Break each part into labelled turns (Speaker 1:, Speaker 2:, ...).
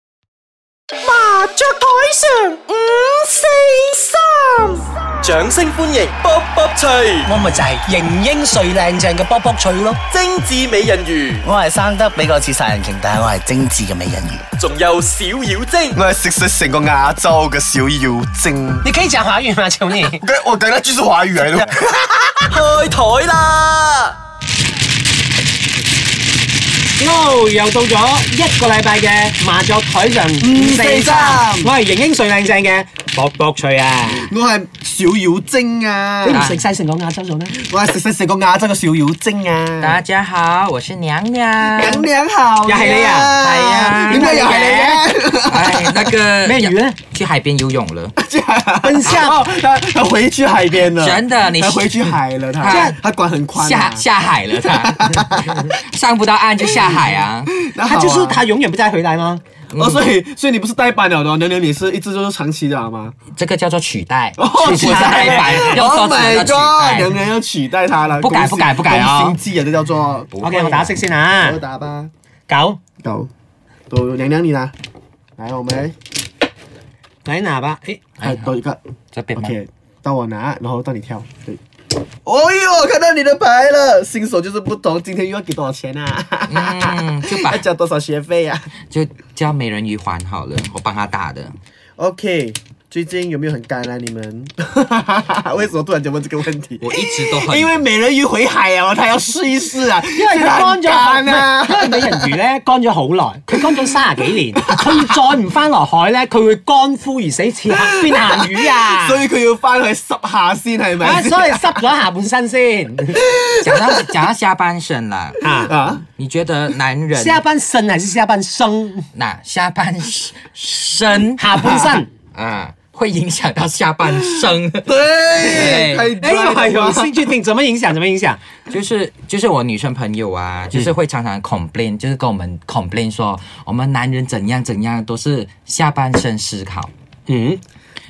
Speaker 1: 雀啊台上五四三，掌聲歡迎卜卜脆，
Speaker 2: 我咪就係型英帥靚正嘅卜卜脆咯。
Speaker 1: 精致美人魚，
Speaker 2: 我係生得比較似殺人鯨，但係我係精緻嘅美人魚。
Speaker 1: 仲有小妖精，
Speaker 3: 我係食食成個亞洲嘅小妖精。
Speaker 2: 你可以講華語嗎，求你？
Speaker 3: 我等下就是華語嚟咯。
Speaker 1: 開台啦！
Speaker 4: 哦，又到咗一個禮拜嘅麻雀台上五四三，我係型英帥靚正嘅博博脆啊！
Speaker 3: 我係小妖精啊
Speaker 5: 嗯
Speaker 4: 你唔食晒成個亞洲 做咩？
Speaker 3: 我係食食成個亞洲嘅小妖精啊！
Speaker 5: 大家好，我是娘娘。
Speaker 3: 娘娘好，
Speaker 4: 又係你啊
Speaker 5: 係啊
Speaker 3: 點解又係你嘅？
Speaker 5: 哎，那个
Speaker 4: 咩魚咧？
Speaker 5: 去海邊游泳了，
Speaker 3: 很像 哦，他他回去海邊了，
Speaker 5: 啊真的你
Speaker 3: 他回去海了，
Speaker 5: 這
Speaker 3: 他
Speaker 5: 樣
Speaker 3: 他管很寬
Speaker 5: 下
Speaker 3: 啊，
Speaker 5: 下海了 他，上不到岸就下海啊。嗯
Speaker 3: 那好
Speaker 4: 他
Speaker 3: 啊
Speaker 4: 就是他永遠不再回來嗎？
Speaker 3: 哦，所以所以你不是代班了的哦，娘娘你是一直就是长期的好 吗？
Speaker 5: 这个叫做取代，
Speaker 3: 哦
Speaker 5: 取代版，用
Speaker 3: Oh
Speaker 5: 错词
Speaker 3: my
Speaker 5: 叫
Speaker 3: god！
Speaker 5: 取
Speaker 3: 娘
Speaker 5: 代。
Speaker 3: 娘要取代他了，
Speaker 5: 不改不改不改啊
Speaker 3: 心计啊，这叫做
Speaker 5: 不
Speaker 4: OK，我打色先啊
Speaker 3: 我！打吧，
Speaker 4: 九，
Speaker 3: 狗都娘娘你拿，来我们来
Speaker 4: 來拿吧。誒，
Speaker 3: 还多一个
Speaker 5: 这边吗？
Speaker 3: ，OK，到我拿，然后到你挑，对。哦呦，看到你的牌了，新手就是不同，今天又要给多少钱啊？
Speaker 5: 嗯就 把
Speaker 3: 要交多少学费啊呀、
Speaker 5: 就叫美人鱼环好了，我帮他打的。
Speaker 3: OK，最近有没有很干啊？你们？ 为什么突然间问这个问题？
Speaker 5: 我一直都很
Speaker 3: 因为美人鱼回海啊，他要试一试啊，因
Speaker 4: 因為佢乾咗好，
Speaker 3: 干
Speaker 4: 唔係
Speaker 3: 啊。
Speaker 4: 因為美人魚咧 乾咗好耐，佢乾咗三十幾 年，佢再唔翻落海咧，佢會乾枯而死，似黑邊鹹魚 啊！
Speaker 3: 所以佢要翻去濕下先係
Speaker 4: 啊，
Speaker 3: 咪？
Speaker 4: 所以濕咗下半身先。
Speaker 5: 讲到讲到下半身啦，
Speaker 4: 啊，
Speaker 3: 啊，
Speaker 5: 你觉得男人
Speaker 4: 下半身還是下半生？
Speaker 5: 那下半身
Speaker 4: 下半身。
Speaker 5: 啊会影响到下半身？
Speaker 3: 對，
Speaker 5: 對
Speaker 3: 太
Speaker 4: 哎呦，
Speaker 3: dry
Speaker 4: 有
Speaker 3: 了
Speaker 4: 兴趣听，怎么影响？怎么影响？
Speaker 5: 就是就是我女生朋友啊，就是会常常 complain，、就是跟我们 complain 说我们男人怎样怎样都是下半身思考。
Speaker 4: 嗯，。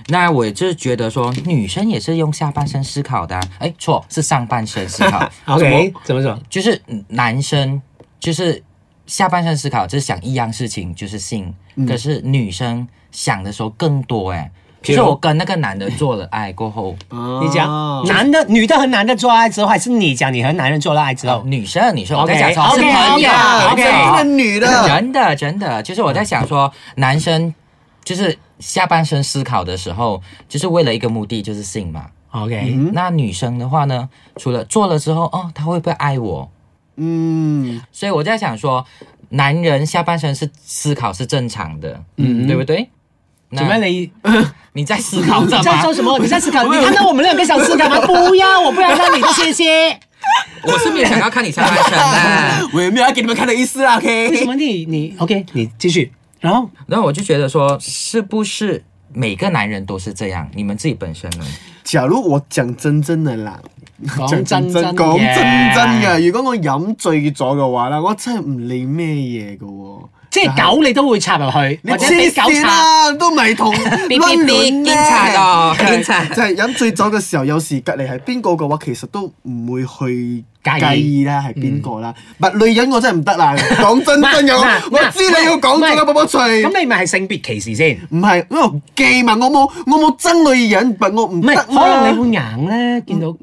Speaker 5: 那我就是觉得说女生也是用下半身思考的、啊，哎，错是上半身思考
Speaker 4: OK，怎么说？
Speaker 3: 哦
Speaker 5: 就是男生就是下半身思考，就是想一样事情就是性，可是女生想的时候更多哎、
Speaker 4: 譬如
Speaker 5: 就是我跟那个男的做了爱过后，
Speaker 3: 哦
Speaker 4: 你讲男的、女的和男的做爱之后，还是你讲你和男人做了爱之后？
Speaker 5: 女生女生我
Speaker 4: OK，
Speaker 5: 在讲说
Speaker 4: OK，
Speaker 5: 是朋友
Speaker 4: OK，
Speaker 5: 真
Speaker 3: 真
Speaker 5: 的
Speaker 3: 的女的，
Speaker 5: 真的真的，就是我在想说，男生就是下半身思考的时候，就是为了一个目的，就是性嘛。
Speaker 3: 嗯
Speaker 4: OK，
Speaker 5: 那女生的话呢，除了做了之后，哦，她会不会爱我？
Speaker 3: 嗯，
Speaker 5: 所以我在想说，男人下半身是思考是正常的，嗯，对不对？
Speaker 4: 怎么
Speaker 5: 那
Speaker 4: 你
Speaker 5: 你在思考什
Speaker 4: 你在
Speaker 5: 么
Speaker 4: 说？什 么？你在思考？你看到我们两个小思考吗？不要，我不要让你谢谢。
Speaker 5: 我是没有想要看你下半身 啊的。
Speaker 3: 我也没有要给你们看的意思啦
Speaker 4: 为什
Speaker 3: ，OK？
Speaker 4: 么你你 OK？你继续。然后
Speaker 5: 然后我就觉得说，是不是每个男人都是这样？你们自己本身呢？
Speaker 3: 假如我講真真的啦。
Speaker 4: 講真真嘅
Speaker 3: 講真真嘅，如果我飲醉咗嘅話啦，我真係唔理咩嘢嘅喎。
Speaker 4: 即系狗你都会插入去，
Speaker 3: 你
Speaker 4: 或者俾
Speaker 3: 黐
Speaker 4: 狗
Speaker 3: 線
Speaker 4: 插。
Speaker 3: 啦，都唔係 同亂亂
Speaker 5: 警 察
Speaker 3: 就
Speaker 5: 㗎警
Speaker 3: 係
Speaker 5: 察
Speaker 3: 就係飲醉酒嘅時候，有時隔離係邊個嘅話，其實都唔會去
Speaker 4: 介意
Speaker 3: 介意啦，係邊個啦。唔女人我真係唔得啦，講真真嘅，
Speaker 4: 嗱嗱
Speaker 3: 我我知你要講真
Speaker 4: 唔係
Speaker 3: 嘅，寶寶脆。
Speaker 4: 咁你咪系性別歧視先？
Speaker 3: 唔係，因為我記嘛，我冇我冇憎女人，但我唔
Speaker 4: 唔
Speaker 3: 得
Speaker 4: 係，
Speaker 3: 嘛
Speaker 4: 可能你會硬咧，見到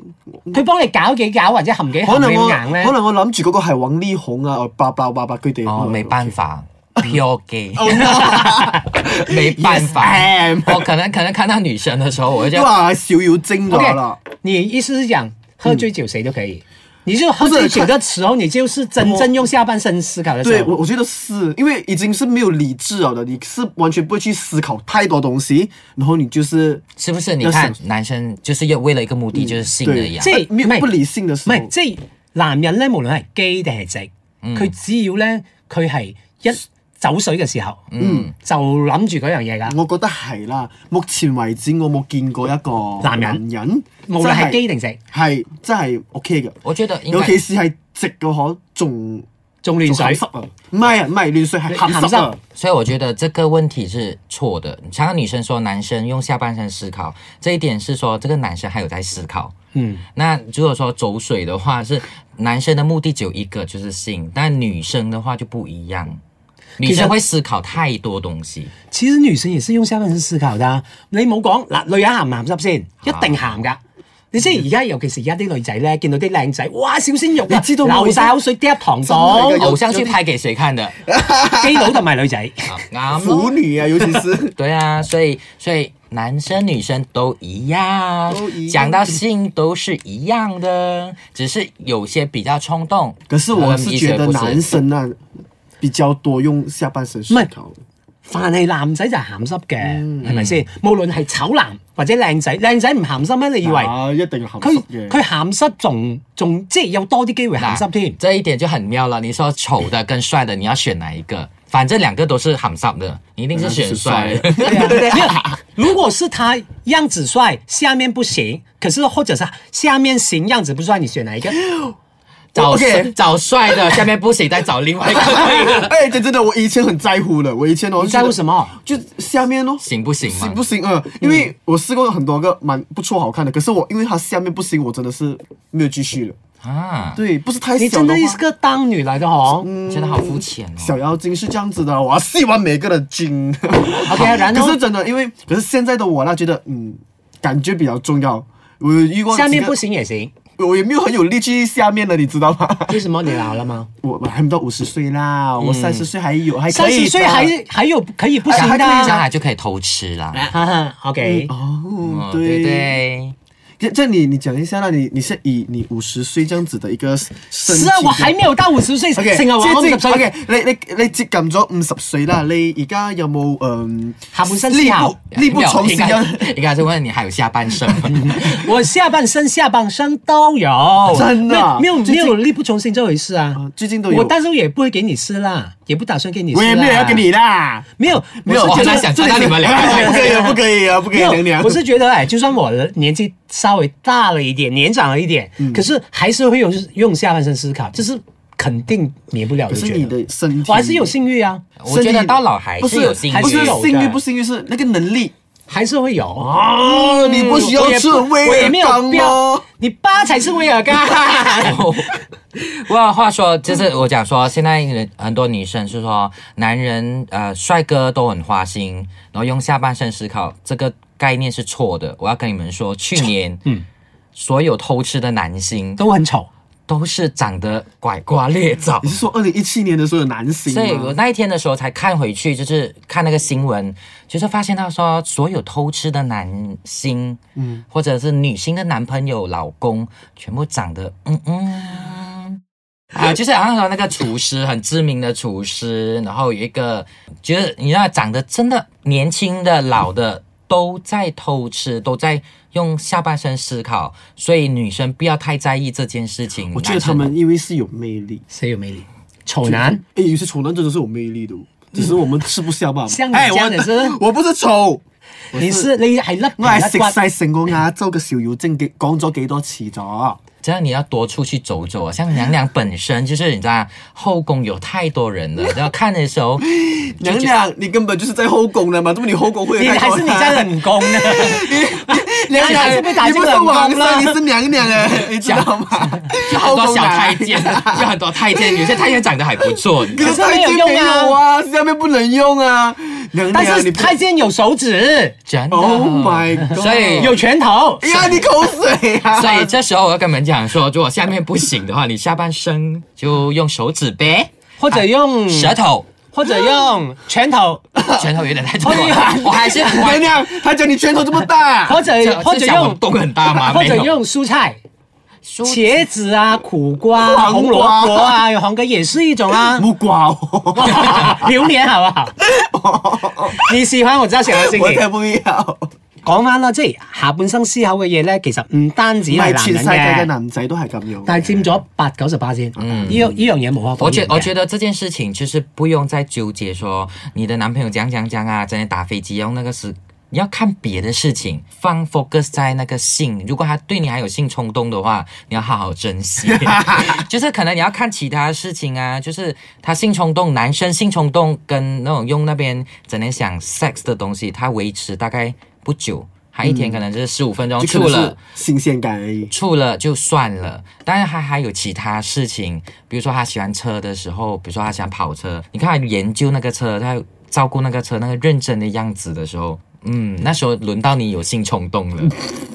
Speaker 4: 佢幫你搞幾搞或者含幾
Speaker 3: 可
Speaker 4: 含，
Speaker 3: 能
Speaker 4: 你
Speaker 3: 我
Speaker 4: 會硬咧
Speaker 3: 可。能我諗住嗰個係揾呢孔啊，我叭叭叭叭佢哋。
Speaker 5: 哦，没办法，pure gay，
Speaker 3: 嗯 Oh no！
Speaker 5: 没办法
Speaker 3: Yes, I am。
Speaker 5: 我可能可能看到女生的时候，我就觉得
Speaker 3: 哇，小妖精咗啦嗯
Speaker 4: OK，！你意思是講喝醉酒誰都可以，你就喝醉酒的時候，你就是真正用下半身思考的時
Speaker 3: 对，我
Speaker 4: 候。
Speaker 3: 我觉得是因为已经是没有理智了的，你是完全不会去思考太多东西，然后你就是
Speaker 5: 是不是？你
Speaker 3: 要
Speaker 5: 看
Speaker 3: 想
Speaker 5: 男生就是要为了一个目的，就是性
Speaker 3: 嗯
Speaker 5: 而已啊
Speaker 4: 即。係
Speaker 3: 没
Speaker 4: 唔係
Speaker 3: 呃有不理性的
Speaker 4: 唔
Speaker 3: 时候
Speaker 4: 係，，即係男人咧，無論係基定係直，佢只要咧佢係一走水嘅時候，嗯，就諗住嗰樣嘢㗎。
Speaker 3: 我觉得系啦。目前为止我冇见过一个
Speaker 4: 男人
Speaker 3: 人，
Speaker 4: 無論係基
Speaker 3: 真
Speaker 4: 定
Speaker 3: 係
Speaker 4: 直，
Speaker 3: 系真系 OK 嘅，
Speaker 5: 我觉得应
Speaker 3: 尤
Speaker 5: 该
Speaker 3: 其是系直嘅可仲
Speaker 4: 仲亂
Speaker 3: 仲鹹
Speaker 4: 水
Speaker 3: 濕啊，唔系啊，唔系亂水系鹹
Speaker 4: 鹹
Speaker 3: 濕啊
Speaker 4: 濕，
Speaker 5: 所以我觉得这个问题是错的。常常女生说男生用下半身思考，这一点是说这个男生还有在思考。
Speaker 4: 嗯，
Speaker 5: 那如果说走水的话，是男生的目的只有一个，就是性；但女生的话就不一样。女生會思考太多東西。
Speaker 4: 其實女性亦都用下半身思考㗎。你冇講嗱，女人鹹唔鹹濕先？一定鹹㗎。你知而家尤其是而家啲女仔咧，見到啲靚仔，哇小鮮肉啊，
Speaker 3: 你知道冇
Speaker 4: 流晒口水，嗒糖
Speaker 3: 真係
Speaker 4: 糖
Speaker 3: 㗎，有
Speaker 5: 偶像劇拍給誰看的？
Speaker 4: 基佬同埋 女仔。
Speaker 5: 啊啱
Speaker 3: 腐
Speaker 5: 咯，
Speaker 3: 女啊，尤 其是
Speaker 5: 對啊，所以所以男生女生都一樣，
Speaker 3: 都一樣
Speaker 5: 講到性都是一樣的，只是有些比較衝動。
Speaker 3: 可是我
Speaker 5: 嗯
Speaker 3: 是
Speaker 5: 一
Speaker 3: 覺
Speaker 5: 些
Speaker 3: 得
Speaker 5: 不
Speaker 3: 男生啊比較多用下半身思考。
Speaker 4: 凡係男仔就係鹹濕嘅，
Speaker 3: 嗯
Speaker 4: 係咪先？無論係醜男或者靚仔，靚仔唔鹹濕咩？你以為
Speaker 3: 啊，一定鹹濕
Speaker 4: 佢
Speaker 3: 嘅。哦
Speaker 4: 佢鹹濕仲仲即係有多啲機會鹹濕 添？
Speaker 5: 這啊一點就很妙了。你說醜的跟帥的，你要選哪一個？反正兩個都是很上的，你一定是選
Speaker 3: 嗯
Speaker 5: 帥的。
Speaker 4: 对啊，对啊。如果是他样子帅，下面不行，可是或者是下面行，样子不帅，你选哪一个？
Speaker 5: 找
Speaker 3: OK
Speaker 5: 找帅的，下面不行，再找另外一个可以 的，
Speaker 3: 哎，真真的，我以前很在乎的，我以前哦，
Speaker 4: 你在乎什么？
Speaker 3: 就下面咯，
Speaker 5: 行不行嘛
Speaker 3: 行？不行啊？
Speaker 4: 嗯
Speaker 3: 因为我试过很多个蛮不错好看的，可是我因为它下面不行，我真的是没有继续了。
Speaker 5: 啊，
Speaker 3: 对，不是太
Speaker 4: 你
Speaker 3: 小
Speaker 4: 真
Speaker 3: 的
Speaker 4: 的
Speaker 3: 话嗯
Speaker 4: 是个当女来的哦。
Speaker 5: 觉得好肤浅哦。
Speaker 3: 小妖精是这样子的，我要细玩每个的精。
Speaker 4: OK，然后
Speaker 3: 可是真的，因为可是现在的我啦，觉得嗯，感觉比较重要。我有遇过
Speaker 4: 下面
Speaker 3: 几个
Speaker 4: 不，行也行。
Speaker 3: 我也没有很有力气下面的，你知道吗？
Speaker 4: 为什么你老了吗？
Speaker 3: 我我还没到五十岁啦，我嗯三十岁还有，还哎可
Speaker 4: 三
Speaker 3: 以哎
Speaker 4: 十
Speaker 3: 的
Speaker 4: 岁还还有可以不行
Speaker 5: 小孩
Speaker 4: 的
Speaker 5: 小
Speaker 4: 啊。
Speaker 5: 孩就可以偷吃啦。
Speaker 4: 哈哈，OK，
Speaker 3: 哦
Speaker 5: 嗯，，
Speaker 3: 对。
Speaker 5: 对对，
Speaker 3: 这这你你讲一下啦，你你是以你五十岁这样子的一个身
Speaker 4: 是啊，我还没有到五十岁，成
Speaker 3: OK，
Speaker 4: 日話我五十
Speaker 3: 接近
Speaker 4: 歲
Speaker 3: OK，你你你接近咗五十歲啦，你而家有冇嗯誒
Speaker 4: 下半身思考
Speaker 3: 呢部重
Speaker 5: 应
Speaker 3: 新
Speaker 5: 该
Speaker 3: 有
Speaker 5: 应该是问你还有下半身吗？
Speaker 4: 我下半身、下半身都有，
Speaker 3: 真的啊
Speaker 4: 没有没
Speaker 3: 最
Speaker 4: 有没
Speaker 3: 近
Speaker 4: 有力不从心这回事啊
Speaker 3: 啊，最近都有
Speaker 4: 我但是也不会给你吃啦，也不打算给你吃啦，啊
Speaker 3: 我也没有要给 你啦，
Speaker 4: 没有
Speaker 3: 没有，
Speaker 4: 我是
Speaker 5: 我
Speaker 4: 觉
Speaker 5: 本来
Speaker 4: 得
Speaker 5: 想看到你们
Speaker 3: 不可
Speaker 5: 两个
Speaker 3: 以啊，不可以啊，不可以
Speaker 4: 没有
Speaker 3: 娘娘，
Speaker 4: 我是觉得哎，就算我年纪稍微大了一点，年长了一点，可是还是会用用下半身思考，这是肯定免不了
Speaker 3: 可
Speaker 4: 的。
Speaker 3: 是
Speaker 4: 觉得
Speaker 3: 你的身体，
Speaker 4: 我还是有性欲啊，
Speaker 5: 我觉得到老还
Speaker 3: 不
Speaker 5: 是有性
Speaker 4: 还
Speaker 3: 不
Speaker 5: 欲
Speaker 3: 是
Speaker 4: 有
Speaker 3: 性欲
Speaker 4: 的
Speaker 3: 不性欲是那个能力
Speaker 4: 还是会有。
Speaker 3: 啊，你不需要吃
Speaker 4: 哦我
Speaker 3: 威
Speaker 4: 也
Speaker 3: 尔
Speaker 4: 没
Speaker 3: 刚
Speaker 4: 有
Speaker 3: 吗
Speaker 4: 标？，你爸才是啊威尔刚。
Speaker 5: 哇，话说，就是我讲说，现在人很多女生是说，男人呃帅哥都很花心，然后用下半身思考，这个概念是错的。我要跟你们说，去年嗯，所有偷吃的男星都
Speaker 4: 都很丑，
Speaker 5: 都是长得拐瓜裂枣
Speaker 3: 你。是说二零一七年的时候有男星
Speaker 5: 所以我
Speaker 3: 吗？
Speaker 5: 那一天的时候才看回去，就是看那个新闻，就是发现到说，所有偷吃的男星，嗯，或者是女星的男朋友、老公，全部长得，嗯嗯。 啊，就是好像说那个厨师很知名的厨师，然后有一个就是你知道长得真的年轻的、老的都在偷吃，都在用下半身思考，所以女生不要太在意这件事情。
Speaker 3: 我觉得
Speaker 5: 男生
Speaker 3: 他们因为是有魅力，
Speaker 4: 谁有魅力？丑 男，
Speaker 3: 哎，有些丑男真的是有魅力的哦，只是我们吃不下罢了。
Speaker 4: 像你
Speaker 3: 哎
Speaker 4: 这样的是
Speaker 3: 我我不是丑。
Speaker 4: 你是你係甩
Speaker 3: 我係
Speaker 4: 皮甩
Speaker 3: 食
Speaker 4: 骨，
Speaker 3: 晒成個亞洲嘅小妖精嘅，講咗幾多次咗？
Speaker 5: 只要你要多出去走走，像娘娘本身就是你知道后宫有太多人 了，然后看的时候，
Speaker 3: 娘娘，你根本就是在後宮啦嘛，咁你後宮會
Speaker 4: 你
Speaker 3: 有
Speaker 4: 還
Speaker 3: 太多
Speaker 4: 是你在冷宮呢？
Speaker 3: 娘
Speaker 4: 啊你還是
Speaker 3: 娘，
Speaker 4: 被打
Speaker 3: 你
Speaker 4: 進
Speaker 3: 不
Speaker 4: 冷
Speaker 3: 是皇
Speaker 4: 宮啦
Speaker 3: 上，你是娘娘哎，你知道嗎？
Speaker 5: 有很
Speaker 4: 啊
Speaker 5: 多小太监，有很多太监，有些太监長得還不錯。你
Speaker 3: 可
Speaker 5: 知道
Speaker 3: 是太监沒有啊，下面不能用啊。娘
Speaker 4: 但
Speaker 3: 娘，
Speaker 4: 是
Speaker 3: 你
Speaker 4: 太监有手指，
Speaker 5: 真的
Speaker 3: Oh my god
Speaker 5: 所以
Speaker 4: 有拳頭，
Speaker 3: 哎呀，你口水啊！
Speaker 5: 所以这时候我要跟你们讲说，如果下面不行的话，你下半身就用手指呗，
Speaker 4: 或者用
Speaker 5: 舌头，
Speaker 4: 或者用拳頭，
Speaker 5: 拳头有点太多
Speaker 4: 哎
Speaker 5: 了
Speaker 4: 呀，
Speaker 5: 我还是我
Speaker 3: 娘娘，他讲你拳頭這麼大，
Speaker 4: 或者或者用
Speaker 5: 洞很大嘛，
Speaker 4: 或者
Speaker 5: 没有
Speaker 4: 用蔬菜。
Speaker 5: 蔬
Speaker 4: 茄子啊、苦瓜、啊、
Speaker 3: 黃
Speaker 4: 红萝
Speaker 3: 瓜
Speaker 4: 卜啊，有黄瓜也是一种啊。
Speaker 3: 木瓜哦，
Speaker 4: 榴莲好不好？你喜歡我知道喜歡星
Speaker 3: 我
Speaker 4: 期。
Speaker 3: 睇不了。
Speaker 4: 講翻啦，即係下半生思考嘅嘢咧，其實唔單止
Speaker 3: 唔
Speaker 4: 係
Speaker 3: 係全世界
Speaker 4: 男
Speaker 3: 嘅
Speaker 4: 人嘅，
Speaker 3: 男仔都係咁樣嘅。
Speaker 4: 但係佔咗八九十八先。呢樣呢樣嘢無可否
Speaker 5: 我
Speaker 4: 認
Speaker 5: 觉
Speaker 4: 嘅。
Speaker 5: 我觉得这件事情就是不用再纠结说你的男朋友讲讲讲啊，真的打飞机用那个是。你要看别的事情，放 focus 在那个性。如果他对你还有性冲动的话，你要好好 珍惜。就是可能你要看其他事情啊，就是他性冲动，男生性冲动跟那种用那边整天想 sex 的东西，他维持大概不久。他一天可能就是十五分钟，
Speaker 3: 嗯就
Speaker 5: 除
Speaker 3: 可能
Speaker 5: 了
Speaker 3: 是新鲜感而已。
Speaker 5: 处了就算了，但是他还有其他事情，比如说他喜欢车的时候，比如说他喜欢跑车，你看他研究那个车，他照顾那个车那个认真的样子的时候，嗯，那时候轮到你有性冲动了，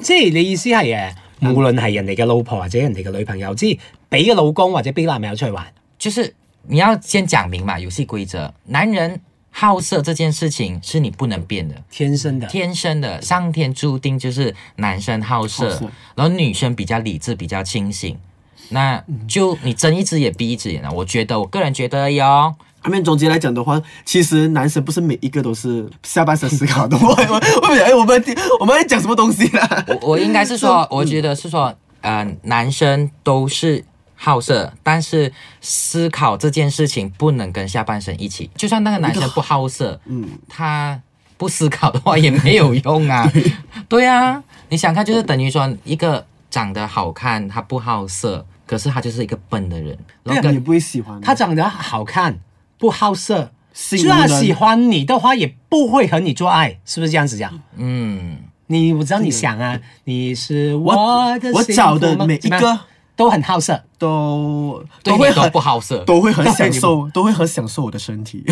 Speaker 4: 即係你意思係誒，無論係人哋嘅老婆或者人哋嘅女朋友，即係俾個老公或者俾男朋友出去玩，
Speaker 5: 就是你要先讲明嘛游戏规则，男人好色这件事情是你不能变的。
Speaker 4: 天生的。
Speaker 5: 天生的，上天注定就是男生好色，
Speaker 3: 好色
Speaker 5: 然后女生比较理智，比较清醒。那就你睁一只眼闭一只眼啊！我觉得，我个人觉得哟，
Speaker 3: 后啊面总结来讲的话，其实男生不是每一个都是下半身思考的。我我我们哎，我们我们在讲什么东西啦？
Speaker 5: 我我应该是
Speaker 3: 嗯
Speaker 5: 说，我觉得是说，呃，男生都是好色，但是思考这件事情不能跟下半身一起。就算那个男生不好色，嗯，他不思考的话也没有用啊。对啊，你想看，就是等于说一个长得好看，他不好色，可是他就是一个笨的人。
Speaker 3: 啊
Speaker 5: 然后
Speaker 3: 你
Speaker 5: 跟
Speaker 3: 也不会喜欢的。
Speaker 4: 他长得好看，不好色，
Speaker 3: 性
Speaker 4: 虽然
Speaker 3: 无能
Speaker 4: 喜欢你的话，也不会和你做爱，是不是这样子讲？
Speaker 5: 嗯，
Speaker 4: 你我知道你想啊，你是
Speaker 3: 我
Speaker 4: 的
Speaker 3: 我
Speaker 4: 幸
Speaker 3: 找
Speaker 4: 福
Speaker 3: 的
Speaker 4: 吗
Speaker 3: 每一
Speaker 4: 怎么
Speaker 3: 个
Speaker 4: 样都很好 色，
Speaker 3: 都都
Speaker 5: 对你
Speaker 3: 会
Speaker 5: 都
Speaker 3: 很
Speaker 5: 不好色。
Speaker 3: 都会很享受，都会很享受我的身体。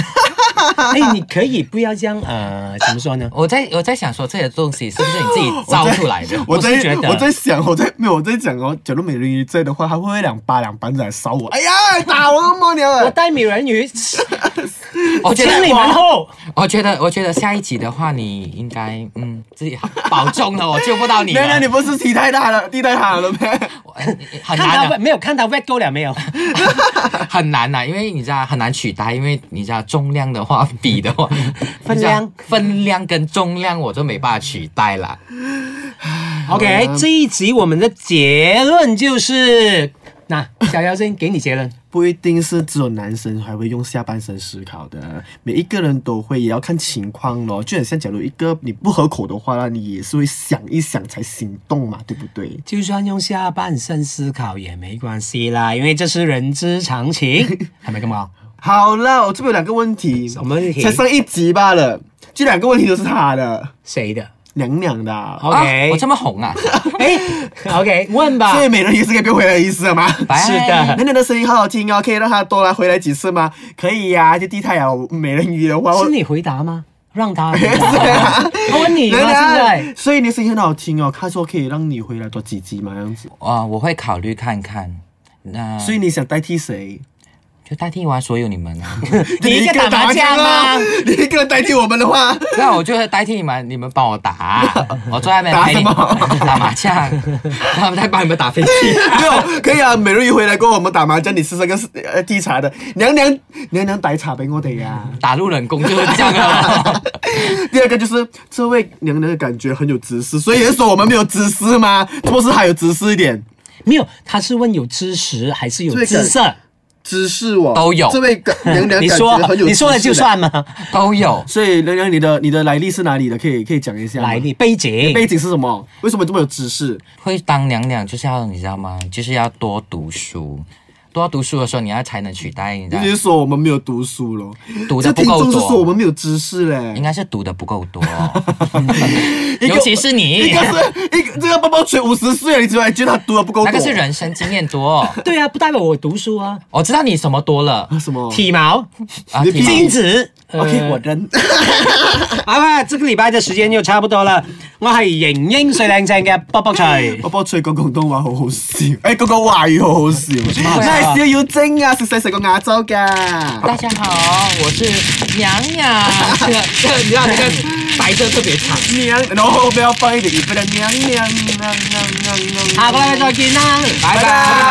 Speaker 4: 哎，你可以不要这样，呃，怎么说呢？
Speaker 5: 我在我在想说，这些东西是不是你自己造出来的？
Speaker 3: 我在
Speaker 4: 我是觉得
Speaker 3: 我在想，我在没有我在讲哦，假如美人鱼在的话，他会不会两巴两板子来扫我？哎呀，打我个猫娘！
Speaker 4: 我带美人 鱼，
Speaker 5: 我觉
Speaker 4: 请
Speaker 5: 得
Speaker 4: 你们哦后，
Speaker 5: 我觉得，我觉得下一集的话，你应该嗯自己保重了，我救不到 你
Speaker 3: 原来你
Speaker 5: 了，哎
Speaker 3: 不是踢太大了，踢太大 了咩？
Speaker 4: 看
Speaker 5: 很难
Speaker 4: 到
Speaker 3: 啊
Speaker 5: 的，
Speaker 4: 没有？看到 red 够了 没有？
Speaker 5: 很难呐、因为你知道很难取代，因为你知道重量的话 比的话，
Speaker 4: 分
Speaker 5: 你
Speaker 4: 量
Speaker 5: 知道分量跟重量我就没办法取代啦。
Speaker 3: 哎
Speaker 4: OK，这
Speaker 3: 嗯
Speaker 4: 一集我们的结论就是，那小妖精给你结论，
Speaker 3: 不一定是只有男生还会用下半身思考的，每一个人都会，也要看情况咯。就很像，假如一个你不合口的话啦，你也是会想一想才行动嘛，对不对？
Speaker 4: 就算用下半身思考也没关系啦，因为这是人之常情，系咪咁講？
Speaker 3: 好了， 我这边有两个问题，
Speaker 4: 什么问题
Speaker 3: 才上一集罢了，这两个问题都是他的，
Speaker 4: 谁 的
Speaker 3: 娘娘的啊。
Speaker 4: ？OK，、
Speaker 5: 啊我这么红啊，
Speaker 4: 哎、o k 问吧啊哎
Speaker 3: 所。以美人鱼是可以变回来的意思 了吗？
Speaker 5: 是
Speaker 4: 的
Speaker 3: 娘娘的声音好好听哦，可以让她多来回来几次吗？可以呀、就地太阳美人鱼的话，我啊
Speaker 4: 是你回答吗？让他 回答。 他问你吗？
Speaker 3: 娘
Speaker 4: 现
Speaker 3: 娘，
Speaker 4: 在
Speaker 3: 所以你的声音很好听哦。他说可以让你回来多几集嘛，这样子。
Speaker 5: 啊，我会考虑看看。那
Speaker 3: 所以你想代替谁？
Speaker 5: 就代替完所有你们啊，
Speaker 4: 你一个打麻将啊？
Speaker 3: 你一个人代替我们的话，
Speaker 5: 那我就会代替你们，你们帮我打，啊我坐在那边
Speaker 3: 打
Speaker 5: 陪你
Speaker 3: 什么
Speaker 5: 打麻将，他们在帮你们打飞机。
Speaker 3: 没有可以啊。美人鱼回来跟我们打麻将，你吃这个呃地茶的，娘娘娘娘打茶俾我哋呀、
Speaker 5: 打入冷宫就是这样啊了。
Speaker 3: 第二个就是这位娘娘的感觉很有知识，所以是说我们没有知识吗？是不是还有知识一点？
Speaker 4: 没有，他是问有知识还是有
Speaker 3: 这个
Speaker 4: 姿色？
Speaker 3: 知识我
Speaker 5: 都有
Speaker 3: 这位感娘娘
Speaker 4: 你
Speaker 3: 感
Speaker 4: 说啊
Speaker 3: 觉很有，
Speaker 4: 你说了
Speaker 3: 知识
Speaker 4: 就
Speaker 3: 的。
Speaker 4: 算吗？
Speaker 5: 都有。
Speaker 3: 所以娘娘，你的你的来历是哪里的？可以可以讲一下吗
Speaker 4: 来历背景，
Speaker 3: 背景是什么？为什么这么有知识？
Speaker 5: 会当娘娘就是要你知道吗？就是要多读书，多读书的时候你要才能取代，你知
Speaker 3: 你
Speaker 5: 道
Speaker 3: 就是说我们没有读书咯，
Speaker 5: 啊读
Speaker 3: 这
Speaker 5: 的不
Speaker 3: 听
Speaker 5: 够
Speaker 3: 众是说我
Speaker 5: 多。
Speaker 3: 们没有知识
Speaker 5: 应
Speaker 3: 嘞。
Speaker 5: 该是读的不够 多，
Speaker 3: 一个
Speaker 5: 尤其是
Speaker 3: 一
Speaker 5: 你
Speaker 3: 个，是一个这个包包锤五十岁了，你怎么还觉得他读的不够多？
Speaker 5: 那个是人生经验 多。
Speaker 4: 对啊，不代表我读书啊。
Speaker 5: 我知道你什么多了
Speaker 3: 啊什么？
Speaker 4: 体毛、
Speaker 5: 啊，
Speaker 3: 你屁
Speaker 5: 挺
Speaker 4: 精子。
Speaker 5: 呃
Speaker 3: OK，我人
Speaker 4: 好啦，这个礼拜嘅時間又差不多啦。我係型英最靚正嘅卜卜徐。
Speaker 5: 哦
Speaker 3: 包包锤講廣東話好好笑，哎誒講講華語好好 笑，
Speaker 5: 啊
Speaker 3: 咩小妖精啊，食晒成個亞洲㗎。
Speaker 5: 大家好，我是娘娘。这个这个，你知道这个白色特别长。
Speaker 3: 娘，然后不要放一点，你不能娘娘娘娘娘娘。
Speaker 4: 下個禮拜再見啦，
Speaker 5: 拜
Speaker 3: 拜拜。